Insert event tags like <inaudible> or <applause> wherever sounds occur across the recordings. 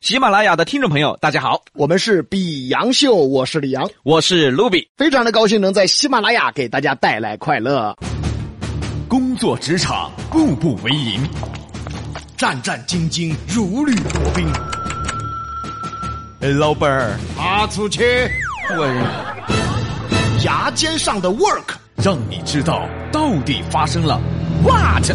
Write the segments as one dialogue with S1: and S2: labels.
S1: 喜马拉雅的听众朋友，大家好，
S2: 我们是比杨秀，我是李阳，
S1: 我是卢比。
S2: 非常的高兴能在喜马拉雅给大家带来快乐。
S3: 工作职场步步为营，
S4: 战战兢兢，如履薄冰。
S3: 呃老板儿，
S4: 爬出去，
S3: 我
S4: 牙尖上的 work，
S3: 让你知道到底发生了 what。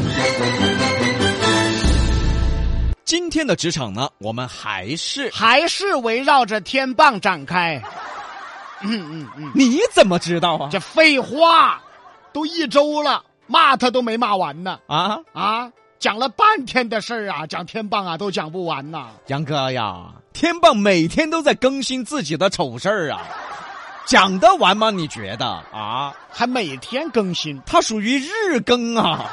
S1: 今天的职场呢，我们还是
S5: 还是围绕着天棒展开。嗯
S1: 你怎么知道啊？
S5: 这废话，都一周了，骂他都没骂完呢。
S1: 啊，
S5: 啊，讲了半天的事儿啊，讲天棒啊，都讲不完呐。
S1: 杨哥呀，天棒每天都在更新自己的丑事儿 <laughs> 啊，讲得完吗？你觉得啊？
S5: 还每天更新，
S1: 它属于日更啊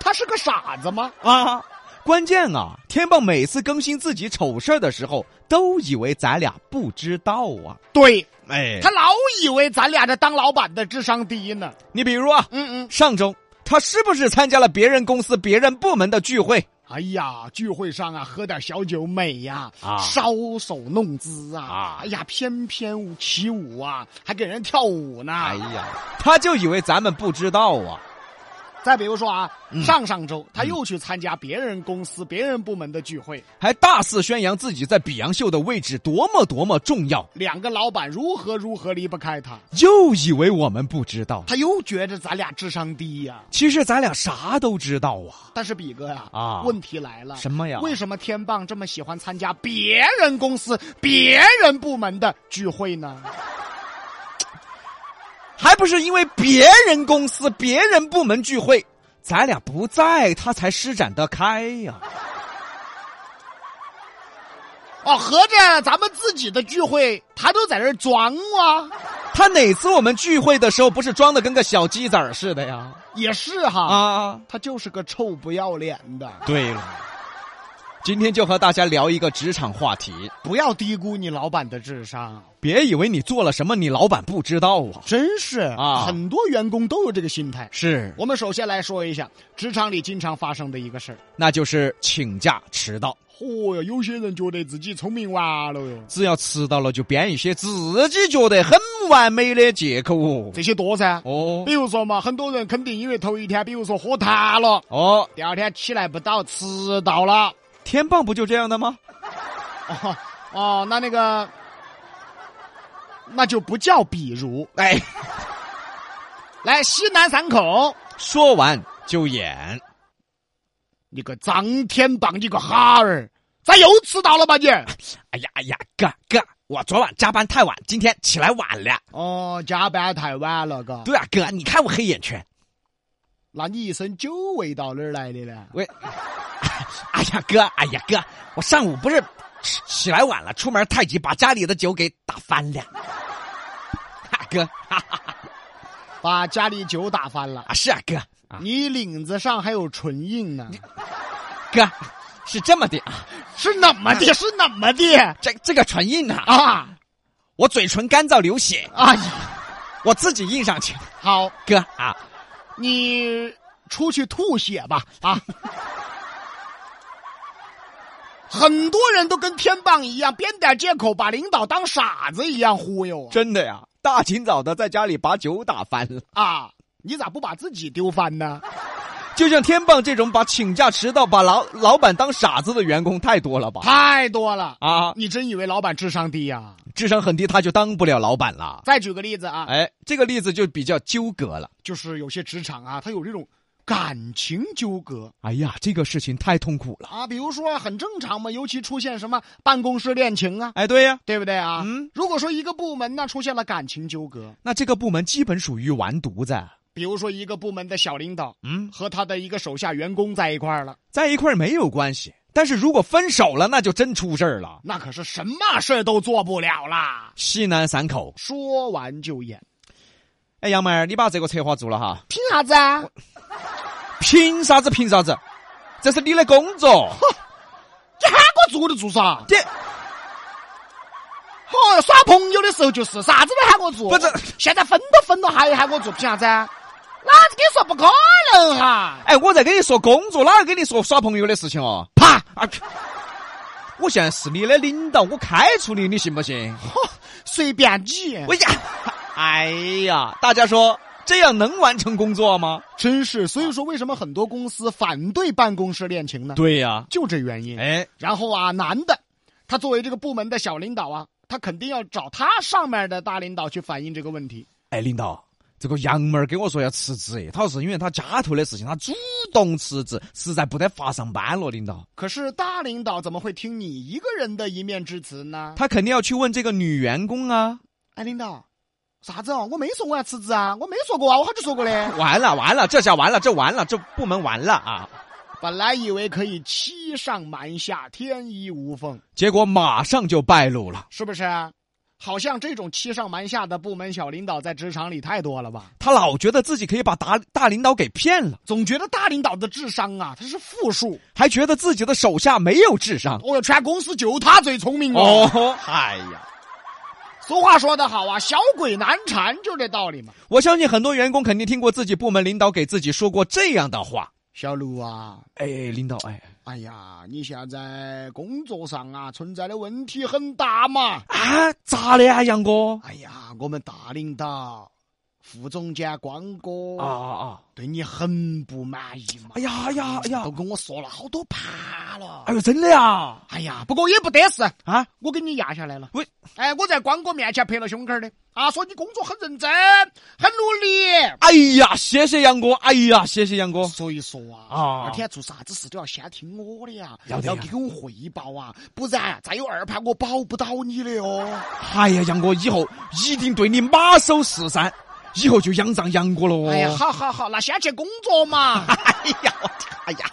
S5: 他是个傻子吗？
S1: 啊！关键啊，天棒每次更新自己丑事儿的时候，都以为咱俩不知道啊。
S5: 对
S1: 哎
S5: 他老以为咱俩这当老板的智商低呢。
S1: 你比如啊，
S5: 嗯嗯，
S1: 上周他是不是参加了别人公司、别人部门的聚会？
S5: 哎呀，聚会上啊，喝点小酒美呀、
S1: 啊
S5: 搔首弄姿啊，
S1: 啊
S5: 哎呀，翩翩舞起舞啊，还给人跳舞呢。
S1: 哎呀，他就以为咱们不知道啊。
S5: 再比如说啊，
S1: 嗯
S5: 上上周他又去参加别人公司、别人部门的聚会，
S1: 还大肆宣扬自己在比洋秀的位置多么多么重要，
S5: 两个老板如何如何离不开他，
S1: 又以为我们不知道。
S5: 他又觉着咱俩智商低呀、
S1: 其实咱俩啥都知道啊。
S5: 但是比哥呀、
S1: 啊
S5: 问题来了，
S1: 什么呀
S5: 为什么天棒这么喜欢参加别人公司、别人部门的聚会呢？
S1: 还不是因为别人公司、别人部门聚会，咱俩不在，他才施展得开呀、
S5: 哦，合着咱们自己的聚会，他都在这儿装啊，
S1: 他哪次我们聚会的时候不是装的跟个小鸡仔儿似的呀？
S5: 也是哈，
S1: 啊，
S5: 他就是个臭不要脸的，
S1: 对了，今天就和大家聊一个职场话题。
S5: 不要低估你老板的智商。
S1: 别以为你做了什么，你老板不知道啊。
S5: 真是
S1: 啊
S5: 很多员工都有这个心态。
S1: 是，
S5: 我们首先来说一下职场里经常发生的一个事儿。
S1: 那就是请假迟到。
S5: 嚯哟，有些人觉得自己聪明完了哟，
S1: 只要迟到了，就编一些自己觉得很完美的借口哦。
S5: 这些多噻。
S1: 哦
S5: 比如说嘛，很多人肯定因为头一天，比如说喝痰了，
S1: 哦，
S5: 第二天起来不到，迟到了。
S1: 天棒不就这样的吗？
S5: 哦， <laughs> 哦那那个，那就不叫比如。
S1: 哎，
S5: 来，西南三口，
S1: 说完就演。
S5: 你个张天棒，你个哈儿，咋又迟到了吧你？
S1: 哎呀哎呀，哥哥，我昨晚加班太晚，今天起来晚了。
S5: 哦，加班太晚了，哥。
S1: 对啊，哥，你看我黑眼圈。
S5: 那你一身酒味到哪儿来的呢？
S1: 喂，哎呀哥，哎呀哥，我上午不是起起来晚了，出门太急，把家里的酒给打翻了。啊哥，哈哈
S5: 把家里酒打翻了，
S1: 啊是啊哥，啊
S5: 你领子上还有唇印呢，
S1: 哥是这么的啊，
S5: 是怎么的？ <laughs> 是怎么的？
S1: 这这个唇印呐、啊，
S5: 啊
S1: 我嘴唇干燥流血，
S5: 哎呀，
S1: 我自己印上去。
S5: 好，
S1: 哥啊，
S5: 你出去吐血吧啊！很多人都跟天棒一样，编点借口，把领导当傻子一样忽悠
S1: 真的呀，大清早的在家里把酒打翻了。
S5: 啊！啊你咋不把自己丢翻呢？
S1: 就像天棒这种把请假迟到、把老老板当傻子的员工太多了吧？
S5: 太多了！
S1: 啊，
S5: 你真以为老板智商低呀、
S1: 智商很低，他就当不了老板了。
S5: 再举个例子啊，
S1: 哎，这个例子就比较纠葛了。
S5: 就是有些职场啊，它有这种感情纠葛
S1: 哎呀，这个事情太痛苦了。
S5: 啊，比如说很正常嘛，尤其出现什么办公室恋情啊，
S1: 哎，对呀、
S5: 对不对啊？
S1: 嗯，
S5: 如果说一个部门呢出现了感情纠葛，
S1: 那这个部门基本属于完犊子。
S5: 比如说一个部门的小领导
S1: 嗯，
S5: 和他的一个手下员工在一块儿了，
S1: 在一块儿没有关系，但是如果分手了，那就真出事儿了。
S5: 那可是什么事儿都做不了啦。
S1: 西南散口，
S5: 说完就演，
S1: 哎，杨妹儿，你把这个策划做了哈？
S5: 凭啥子啊？
S1: 凭啥子？凭啥子？这是你的工
S5: <laughs>
S1: 作。
S5: 你喊我做的做啥？
S1: 你
S5: 哦，耍朋友的时候就是啥子都喊我做，
S1: 不是
S5: 现在分都分了，还喊我做，凭啥子啊？老子跟你说不可能哈、啊
S1: 哎，我在跟你说工作，哪有跟你说耍朋友的事情哦？
S5: 啪！
S1: 啊，我现在是你的领导，我开除你，你信不 <laughs> 信？
S5: 嚯，随便你，
S1: 哦我呀，哎呀，大家说这样能完成工作吗？
S5: 真是。所以说，为什么很多公司反对办公室恋情呢？
S1: 对呀、
S5: 就这原因。
S1: 哎，
S5: 然后啊，男的，他作为这个部门的小领导啊，他肯定要找他上面的大领导去反映这个问题。
S1: 哎，领导，这个杨妹儿跟我说要辞职，她是因为她家头的事情，她主动辞职，实在不得法上班了。领导，
S5: 可是大领导怎么会听你一个人的一面之词呢？
S1: 她肯定要去问这个女员工啊。
S5: 哎，领导，啥子哦？我没说我要辞职啊，我没说过啊，我好久说过
S1: <laughs>
S5: 嘞。
S1: 完了完了，这下完了，这完了，这部门完了啊！
S5: 本来以为可以欺上瞒下，天衣无缝，
S1: 结果马上就败露了。
S5: 是不是？啊好像这种欺上瞒下的部门小领导在职场里太多了吧？
S1: 她老觉得自己可以把大大领导给骗了，
S5: 总觉得大领导的智商啊，他是负数。
S1: 还觉得自己的手下没有智商。
S5: 哦哟，全公司就他最聪明哦。
S1: 哦，哎呀，
S5: 俗话说得好啊，小鬼难缠，就这道理嘛。
S1: 我相信很多员工肯定听过自己部门领导给自己说过这样的话。
S5: 小卢啊，
S1: 哎，领导，哎，
S5: 哎呀，你现在工作上啊存在的问题很大嘛。
S1: 啊，咋的啊，杨哥？
S5: 哎呀，我们大领导副总监光哥
S1: 啊啊啊！
S5: 对你很不满意嘛。
S1: 哎呀哎呀哎呀
S5: 都！跟我说了好多盘了。
S1: 哎呦，真的呀！
S5: 哎呀，不过也不得事
S1: 啊，
S5: 我给你压下来了。
S1: 喂，
S5: 哎，我在光哥面前拍了胸口的啊，说你工作很认真，很努力。
S1: 哎呀，谢谢杨哥，哎呀，谢谢杨哥。
S5: 所以说啊，
S1: 啊
S5: 二天做啥子事都要先听我的呀，
S1: 要啊得呀
S5: 要给我汇报啊，不然再有二盘我保不到你的哦。
S1: 哎呀，杨哥，以后一定对你马首是瞻，以后就仰仗杨哥了哦。
S5: 哎呀，好好好，那先去工作嘛，
S1: <laughs> 哎呀，我天，哎呀，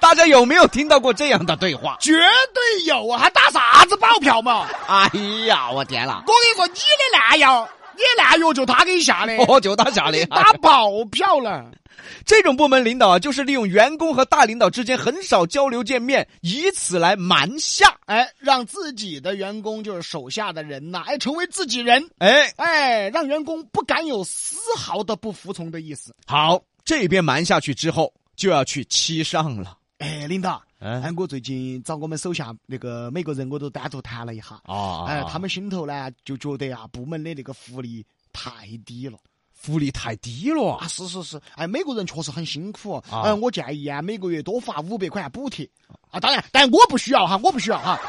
S1: 大家有没有听到过这样的对话？
S5: 绝对有啊，还打啥子保票嘛？
S1: 哎呀，我天啦
S5: 我！跟你说，你的烂药，你的烂药就他给你下的，
S1: 我哦就打下来
S5: 你打保票了。
S1: 这种部门领导啊，就是利用员工和大领导之间很少交流见面，以此来瞒下。
S5: 哎，让自己的员工就是手下的人呐、哎，成为自己人，
S1: 哎，
S5: 哎，让员工不敢有丝毫的不服从的意思。
S1: 好，这边瞒下去之后，就要去欺上了。
S5: 哎，领导，
S1: 嗯
S5: 哎，我最近找我们手下那个每个人我都单独谈了一下，
S1: 啊
S5: 哎，他们心头呢就觉得啊，部门的那个福利太低了
S1: 福利太低了
S5: 啊，是是是，哎，每个人确实很辛苦，
S1: 啊
S5: 嗯，我建议啊，每个月多发五百块补贴啊，当然，但我不需要哈，我不需要哈，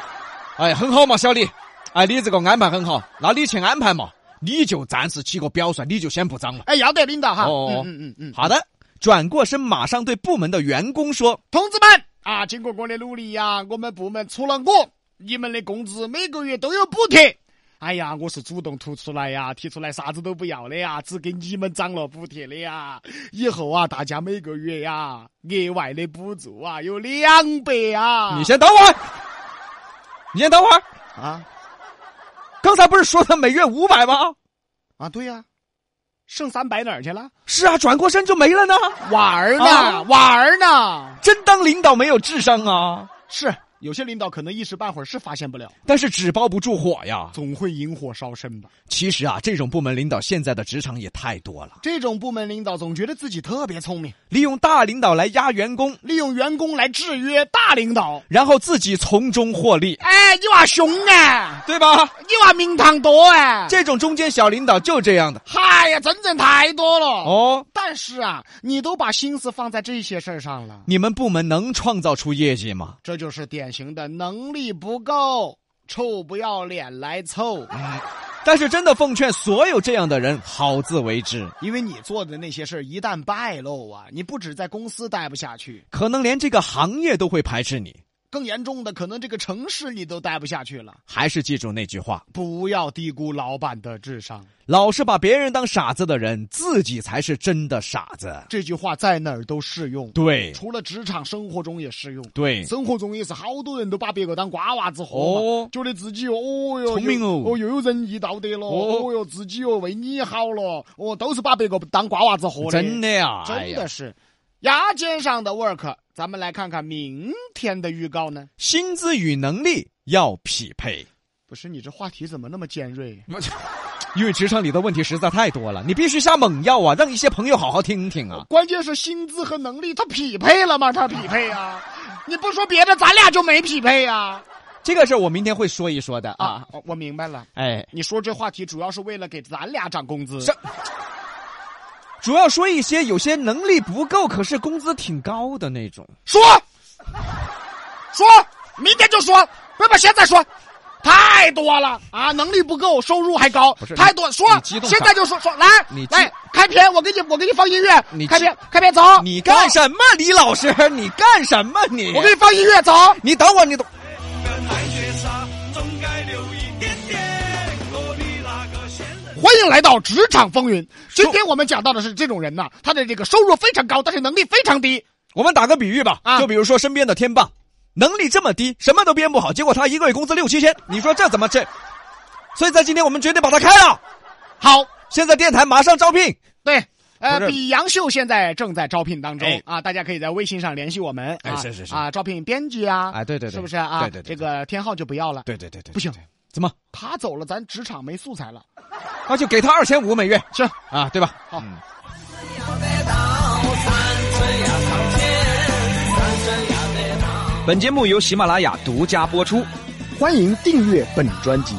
S1: 哎，很好嘛，小李，哎，你这个安排很好，那你去安排嘛，你就暂时起个表率，你就先不涨了。
S5: 哎，要得，领导哈，
S1: 哦
S5: 嗯嗯嗯嗯，
S1: 好的，转过身马上对部门的员工说
S5: 同志们啊，经过我的努力呀、我们部门除了我，你们的工资每个月都有补贴。哎呀，我是主动提出来呀、提出来啥子都不要的呀、只给你们涨了补贴的呀、以后啊，大家每个月呀、额外的补助啊有两百：“啊。
S1: 你先等会儿，你先等会儿，
S5: 啊
S1: 刚才不是说他每月五百吗？
S5: 啊，对呀、剩三百哪儿去了？
S1: 是啊，转过身就没了呢，
S5: 娃儿呢？
S1: 啊
S5: 娃儿呢？
S1: 真当领导没有智商啊！
S5: 是有些领导可能一时半会儿是发现不了，
S1: 但是纸包不住火呀。
S5: 总会引火烧身吧。
S1: 其实啊，这种部门领导现在的职场也太多了，
S5: 这种部门领导总觉得自己特别聪明。
S1: 利用大领导来压员工，
S5: 利用员工来制约大领导。
S1: 然后自己从中获利，
S5: 哎，你娃凶啊，
S1: 对吧？
S5: 你娃名堂多啊！
S1: 这种中间小领导就这样的
S5: 嗨呀，真正太多了。哦，
S1: 哦。”
S5: 但是啊，你都把心思放在这些事儿上了，
S1: 你们部门能创造出业绩吗？
S5: 这就是典型的能力不够，臭不要脸来凑。
S1: 但是真的奉劝所有这样的人，好自为之，
S5: 因为你做的那些事儿一旦败露啊，你不止在公司待不下去，
S1: 可能连这个行业都会排斥你。
S5: 更严重的，可能这个城市你都待不下去了。
S1: 还是记住那句话：
S5: 不要低估老板的智商，
S1: 老是把别人当傻子的人，自己才是真的傻子。
S5: 这句话在哪儿都适用。
S1: 对
S5: 除了职场，生活中也适用。
S1: 对，
S5: 生活中也是好多人都把别个当瓜娃子喝嘛，
S1: 哦
S5: 觉得自己哦哟，
S1: 聪明哦
S5: 又哦又有仁义道德了，
S1: 哦
S5: 哦哟，自己哟为你好了，哦都是把别个当瓜娃子喝的，
S1: 真的呀，哎
S5: 真
S1: 呀
S5: 的，是。牙尖上的 work，咱们来看看明天的预告呢。
S1: 薪资与能力要匹
S5: <laughs>
S1: 配。
S5: 不是你这话题怎么那么尖锐？
S1: 因为职场里的问题实在太多了，你必须下猛药啊，让一些朋友好好听听啊。
S5: 关键是薪资 <laughs> 和能力，它匹配了吗？它匹配啊！你不说别的，咱俩就没匹配啊！
S1: 这个事儿我明天会说一说的啊。
S5: 啊，我我明白了。
S1: 哎，
S5: 你说这话题主要是为了给咱俩涨工资，
S1: 是主要说一些有些能力不够，可是工资挺高的那种。
S5: 说，说，明天就说，不不，现在说，太多了啊，能力不够，收入还高
S1: 不是，
S5: 太多，说
S1: 你激，动啥
S5: 现在就说说，来
S1: 你，激
S5: 来，开篇，我给你，我给你放音乐，
S1: 你
S5: 开
S1: 激
S5: 篇，开篇，走，
S1: 你干什么，李老师？你干什么你？
S5: 走？啊我给你放音乐，走，
S1: 你等会儿，你等。
S5: 欢迎来到职场风云。今天我们讲到的是这种人呐、他的这个收入非常高，但是能力非常低。
S1: 我们打个比喻吧，
S5: 啊
S1: 就比如说身边的天霸，能力这么低，什么都编不好，结果他一个月工资六七千，你说这怎么这？所以在今天我们决定把他开了。
S5: 好，
S1: 现在电台马上招聘，
S5: 对。呃
S1: 不，是
S5: 比洋秀现在正在招聘当中、
S1: 哎
S5: 啊，大家可以在微信上联系我们。
S1: 哎
S5: 啊
S1: 是是是
S5: 啊，招聘编辑啊，
S1: 哎对对对
S5: 是不是啊？
S1: 对对对对
S5: 这个天浩就不要了，
S1: 对对对对
S5: 不行，
S1: 怎么？
S5: 他走了，咱职场没素材了。
S1: 那就给他二千五每月
S5: 是，
S1: 啊，对吧？
S5: 好
S1: 嗯
S3: 本节目由喜马拉雅独家播出。
S2: 欢迎订阅本专辑。